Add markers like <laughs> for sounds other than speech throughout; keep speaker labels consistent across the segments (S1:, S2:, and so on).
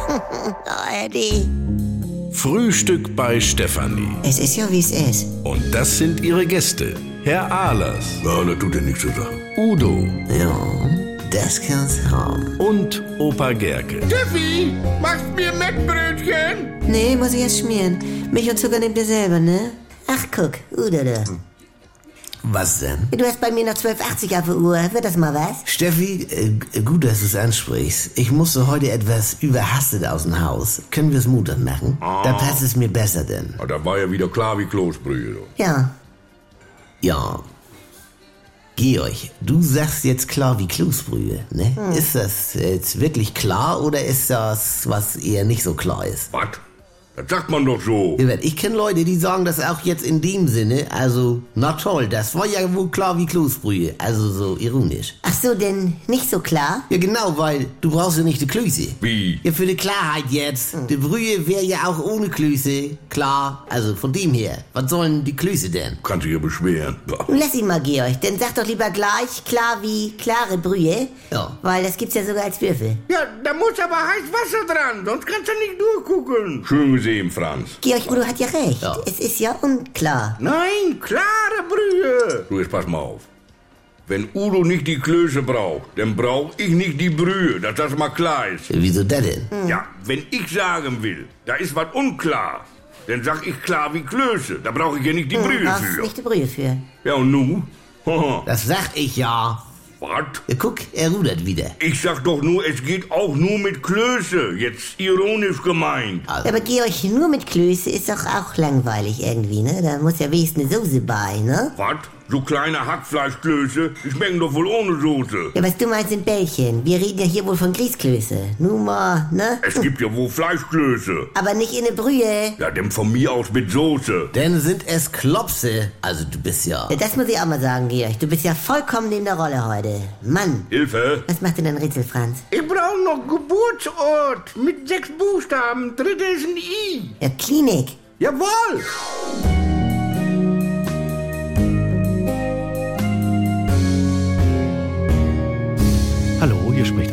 S1: Oh, Eddie.
S2: Frühstück bei Stefanie.
S1: Es ist ja, wie es ist.
S2: Und das sind ihre Gäste. Herr Ahlers. Ja, das tut ja nichts zu sagen. Udo
S1: Ja, das kann's haben.
S2: und Opa Gerke.
S3: Steffi, machst mir Mettbrötchen?
S1: Nee, muss ich jetzt schmieren. Milch und Zucker nehmt ihr selber, ne? Ach, guck, Udo, da.
S4: Was denn?
S1: Du hast bei mir noch 12,80 auf der Uhr. Wird das mal was?
S4: Steffi, äh, g- gut, dass du es ansprichst. Ich musste heute etwas überhastet aus dem Haus. Können wir es Montag machen? Da passt es mir besser denn.
S3: Ah, da war ja wieder klar wie Kloßbrühe. du.
S1: Ja.
S4: Ja. Georg, du sagst jetzt klar wie Kloßbrühe, ne? Ist das jetzt wirklich klar oder ist das, was eher nicht so klar ist?
S3: Was? Das sagt man doch so.
S4: Hilbert, Ich kenne Leute, die sagen das auch jetzt in dem Sinne. Also, na toll, das war ja wohl klar wie Kloßbrühe. Also so ironisch.
S1: Ach so, denn nicht so klar?
S4: Ja, genau, weil du brauchst ja nicht die Klöße.
S3: Wie?
S4: Ja, für die Klarheit jetzt. Die Brühe wäre ja auch ohne Klöße. Klar, also von dem her. Was sollen die Klöße denn?
S3: Kannst dich ja beschweren. Boah.
S1: Lass ihn mal, Georg. Dann sag doch lieber gleich klar wie klare Brühe.
S4: Ja.
S1: Weil das gibt's ja sogar als Würfel.
S5: Ja, da muss aber heiß Wasser dran, sonst kannst du nicht durchgucken.
S3: Schön gesehen, Franz.
S1: Georg Udo hat ja recht.
S4: Ja.
S1: Es ist ja unklar.
S5: Nein, klare Brühe.
S3: Du, jetzt pass mal auf. Wenn Udo nicht die Klöße braucht, dann brauch ich nicht die Brühe, dass das mal klar ist.
S4: Ja, Wieso das denn?
S3: Ja, wenn ich sagen will, da ist was unklar, dann sag ich klar wie Klöße. Da brauche ich ja nicht die Brühe
S1: brauchst
S3: für.
S1: Hm, nicht die Brühe für.
S3: Ja, und nu? Haha.
S4: Das sag ich ja.
S3: <laughs> Was?
S4: ja. Guck, er rudert wieder.
S3: Ich sag doch nur, es geht auch nur mit Klöße. Jetzt ironisch gemeint.
S1: Ja, aber Georg, nur mit Klöße ist doch auch langweilig irgendwie, ne? Da muss ja wenigstens eine Soße bei, ne?
S3: Was? So kleine Hackfleischklöße? Die schmecken doch wohl ohne Soße.
S1: Ja, was du meinst sind Bällchen. Wir reden ja hier wohl von Grießklöße. Nun mal, ne?
S3: Es gibt ja wohl Fleischklöße.
S1: Aber nicht in der Brühe.
S3: Ja, denn von mir aus mit Soße.
S4: Denn sind es Klopse. Also du bist ja...
S1: Ja, das muss ich auch mal sagen, Georg. Du bist ja vollkommen neben der Rolle heute. Mann,
S3: Hilfe?
S1: was macht denn dein Rätsel, Franz?
S5: Ich brauche noch Geburtsort mit sechs Buchstaben. Dritte ist ein I.
S1: Ja, Klinik.
S5: Jawohl.
S6: Hallo, hier spricht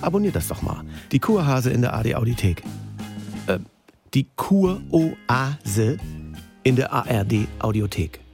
S6: Abonniert das doch mal. Die Kurhase in der AD Audiothek. Äh, die Kuroase in der ARD Audiothek.